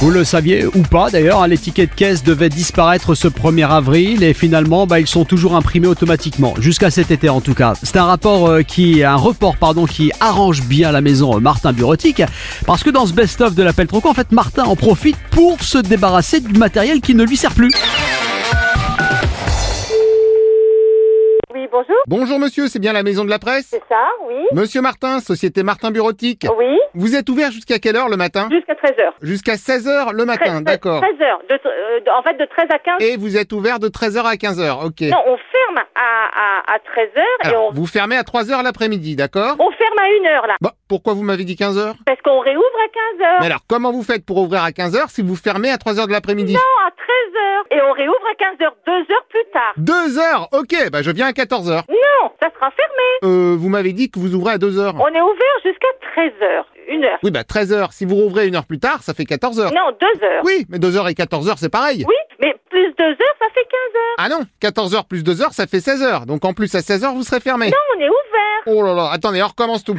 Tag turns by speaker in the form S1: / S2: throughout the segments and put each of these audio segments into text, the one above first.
S1: Vous le saviez ou pas d'ailleurs, hein, les tickets de caisse devaient disparaître ce 1er avril et finalement bah, ils sont toujours imprimés automatiquement, jusqu'à cet été en tout cas. C'est un rapport euh, qui, un report pardon, qui arrange bien la maison euh, Martin Bureautique parce que dans ce best-of de l'appel Troco, en fait Martin en profite pour se débarrasser du matériel qui ne lui sert plus.
S2: Oui, bonjour.
S3: Bonjour monsieur, c'est bien la maison de la presse
S2: C'est ça, Oh. oui.
S3: Monsieur Martin, société Martin Bureautique.
S2: Oui.
S3: Vous êtes ouvert jusqu'à quelle heure le matin
S2: Jusqu'à 13h.
S3: Jusqu'à 16h le matin, Ah, d'accord.
S2: 13h. De, euh, de- en fait, de 13 à 15
S3: Et vous êtes ouvert de 13h à 15h, ok.
S2: Non, on ferme à, à, à 13h et
S3: Alors,
S2: on,
S3: Ah, vous fermez à 3h l'après-midi, d'accord
S2: on ferme à 1h là.
S3: Bon, pourquoi vous m'avez dit 15h
S2: Parce qu'on réouvre à 15h.
S3: Mais alors, comment vous faites pour ouvrir à 15h si vous fermez à 3h de l'après-midi
S2: Non, à 13h. Et on réouvre à 15h, deux heures plus tard.
S3: 2h Ok, bah je viens à 14h.
S2: Non, ça sera fermé.
S3: Euh, vous m'avez dit que vous ouvrez à 2h.
S2: On est ouvert jusqu'à 13h. 1h.
S3: Oui, bah 13h. Si vous rouvrez une heure plus tard, ça fait 14h.
S2: Non, 2h.
S3: Ah. Oui, mais 2h et 14h, c'est pareil.
S2: Oui, mais plus 2h, ça fait 15h.
S3: Ah non, 14h plus 2h, ça fait 16h. Donc en plus, à 16h, vous serez fermé.
S2: Non, on est ouvert.
S3: Oh là là, attendez, on recommence tout.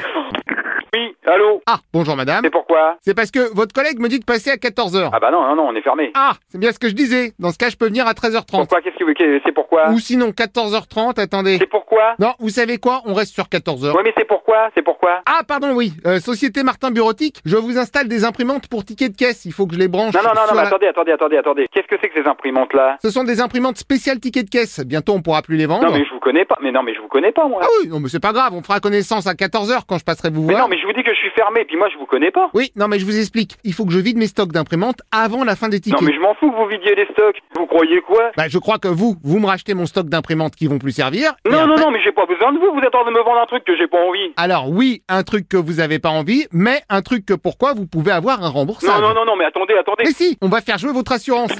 S4: Oui, allô
S3: Ah, bonjour madame.
S4: C'est pourquoi
S3: C'est parce que votre collègue me dit de passer à 14h.
S4: Ah bah non, non, non, on est fermé.
S3: Ah, c'est bien ce que je disais. Dans ce cas, je peux venir à 13h30.
S4: Pourquoi Qu'est-ce que vous... qu'est- C'est pourquoi
S3: Ou sinon 14h30, attendez.
S4: C'est pourquoi
S3: Non, vous savez quoi On reste sur 14h.
S4: Ouais, mais c'est pourquoi C'est pourquoi
S3: Ah, pardon, oui. Euh, Société Martin Bureautique, je vous installe des imprimantes pour tickets de caisse. Il faut que je les branche.
S4: Non, non, non,
S3: sur
S4: non, mais
S3: la-
S4: attendez, attendez, attendez, attendez. Qu'est-ce que c'est que ces imprimantes-là
S3: Ce sont des imprimantes spéciales tickets de caisse. Bientôt, on pourra plus les vendre.
S4: Non, mais je vous connais pas. Mais non, mais je vous connais pas, moi.
S3: Ah oui, non, mais c'est pas grave. On fera connaissance à 14h quand je passerai vous
S4: mais
S3: voir.
S4: non, mais je vous dis que je suis fermé, puis moi, je vous connais pas.
S3: Oui, non, mais je vous explique. Il faut que je vide mes stocks d'imprimantes avant la fin des tickets.
S4: Non, mais je m'en fous que vous vidiez les stocks. Vous croyez quoi
S3: Bah, je crois que vous, vous me rachetez mon stock d'imprimantes qui vont plus servir. et
S4: Non, non,
S3: après-
S4: non, mais j'ai pas besoin de vous. Vous êtes en train de me vendre un truc que j'ai pas envie.
S3: Alors oui, un truc que vous avez pas envie, mais un truc que pourquoi vous pouvez avoir un
S4: Non,
S3: remboursable.
S4: non, non, non, mais attendez, attendez.
S3: Mais si, on va faire jouer votre assurance.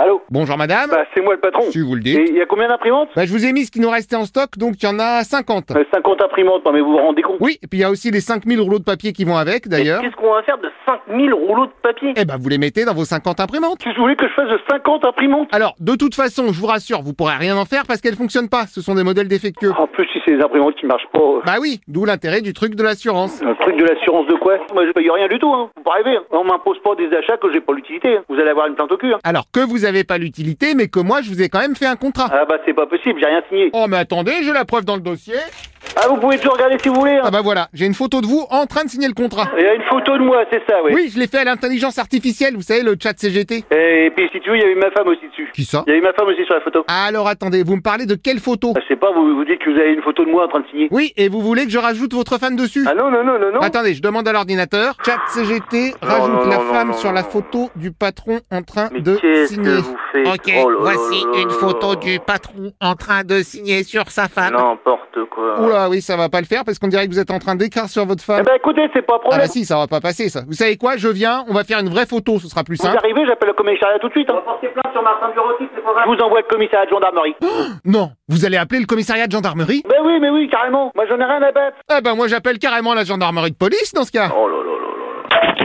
S4: Allô
S3: Bonjour madame.
S4: Bah, c'est moi le patron.
S3: si vous le
S4: Et
S3: dites.
S4: il y a combien d'imprimantes
S3: Bah, je vous ai mis ce qui nous restait en stock, donc il y en a 50.
S4: Euh, 50 imprimantes, non, mais vous vous rendez compte
S3: Oui, et puis il y a aussi les 5000 rouleaux de papier qui vont avec d'ailleurs.
S4: Qu'est-ce qu'on va faire de 5000 rouleaux de papier
S3: Eh ben vous les mettez dans vos 50 imprimantes.
S4: Tu voulais que je fasse de 50 imprimantes
S3: Alors, de toute façon, je vous rassure, vous pourrez rien en faire parce qu'elles fonctionnent pas. Ce sont des modèles défectueux.
S4: Ah, En plus, si c'est les imprimantes qui marchent pas, euh,
S3: Bah oui, d'où l'intérêt du truc de l'assurance.
S4: le truc de l'assurance de quoi Moi, je paye rien du tout, hein. Vous pas rêver. hein. On m'impose pas des achats que j'ai pas l'utilité. hein. Vous allez avoir une plainte au cul, hein.
S3: Alors que vous avez pas l'utilité, mais que moi je vous ai quand même fait un contrat.
S4: Ah bah, c'est pas possible, j'ai rien signé.
S3: Oh mais attendez, j'ai la preuve dans le dossier.
S4: Ah, vous pouvez tout regarder si vous voulez,
S3: Ah
S4: hein.
S3: bah voilà, j'ai une photo de vous en train de signer le contrat.
S4: Il y a une photo de moi, c'est ça, ouais.
S3: Oui, je l'ai fait à l'intelligence artificielle, vous savez, le chat CGT.
S4: Et puis, si tu veux, il y avait ma femme aussi dessus.
S3: Qui ça
S4: Il y avait ma femme aussi sur la photo.
S3: Alors attendez, vous me parlez de quelle photo
S4: Ah, je sais pas, vous, vous dites que vous avez une photo de moi en train de signer.
S3: Oui, et vous voulez que je rajoute votre femme dessus
S4: Ah non, non, non, non, Oh non.
S3: Attendez, je demande à l'ordinateur. Chat CGT rajoute
S4: non,
S3: la
S4: non,
S3: femme
S4: non,
S3: sur la
S4: non.
S3: photo du patron en train
S4: Mais
S3: de
S4: qu'est-ce que
S3: signer.
S4: vous faites Oh là là là là là là.
S3: patron en train de signer sur sa femme.
S4: N'importe quoi.
S3: Oula, oui, ça va pas le faire parce qu'on dirait que vous êtes en train d'écrire sur votre
S4: Eh
S3: femme.
S4: ben, écoutez, c'est pas un
S3: Ah
S4: problème.
S3: bah si, ça va pas passer ça. Vous savez quoi, je viens, on va faire une vraie photo, ce sera plus
S4: Vous
S3: simple.
S4: arrivez, j'appelle le commissariat tout de suite. On va porter plainte sur Martin Bureautique, c'est pas grave. Je vous envoie le commissariat de gendarmerie.
S3: Non, vous allez appeler le commissariat de gendarmerie
S4: Ben oui, mais oui, carrément. Moi, j'en ai rien à battre.
S3: Ah bah moi j'appelle carrément la gendarmerie de police dans ce cas.
S4: Oh là là là là.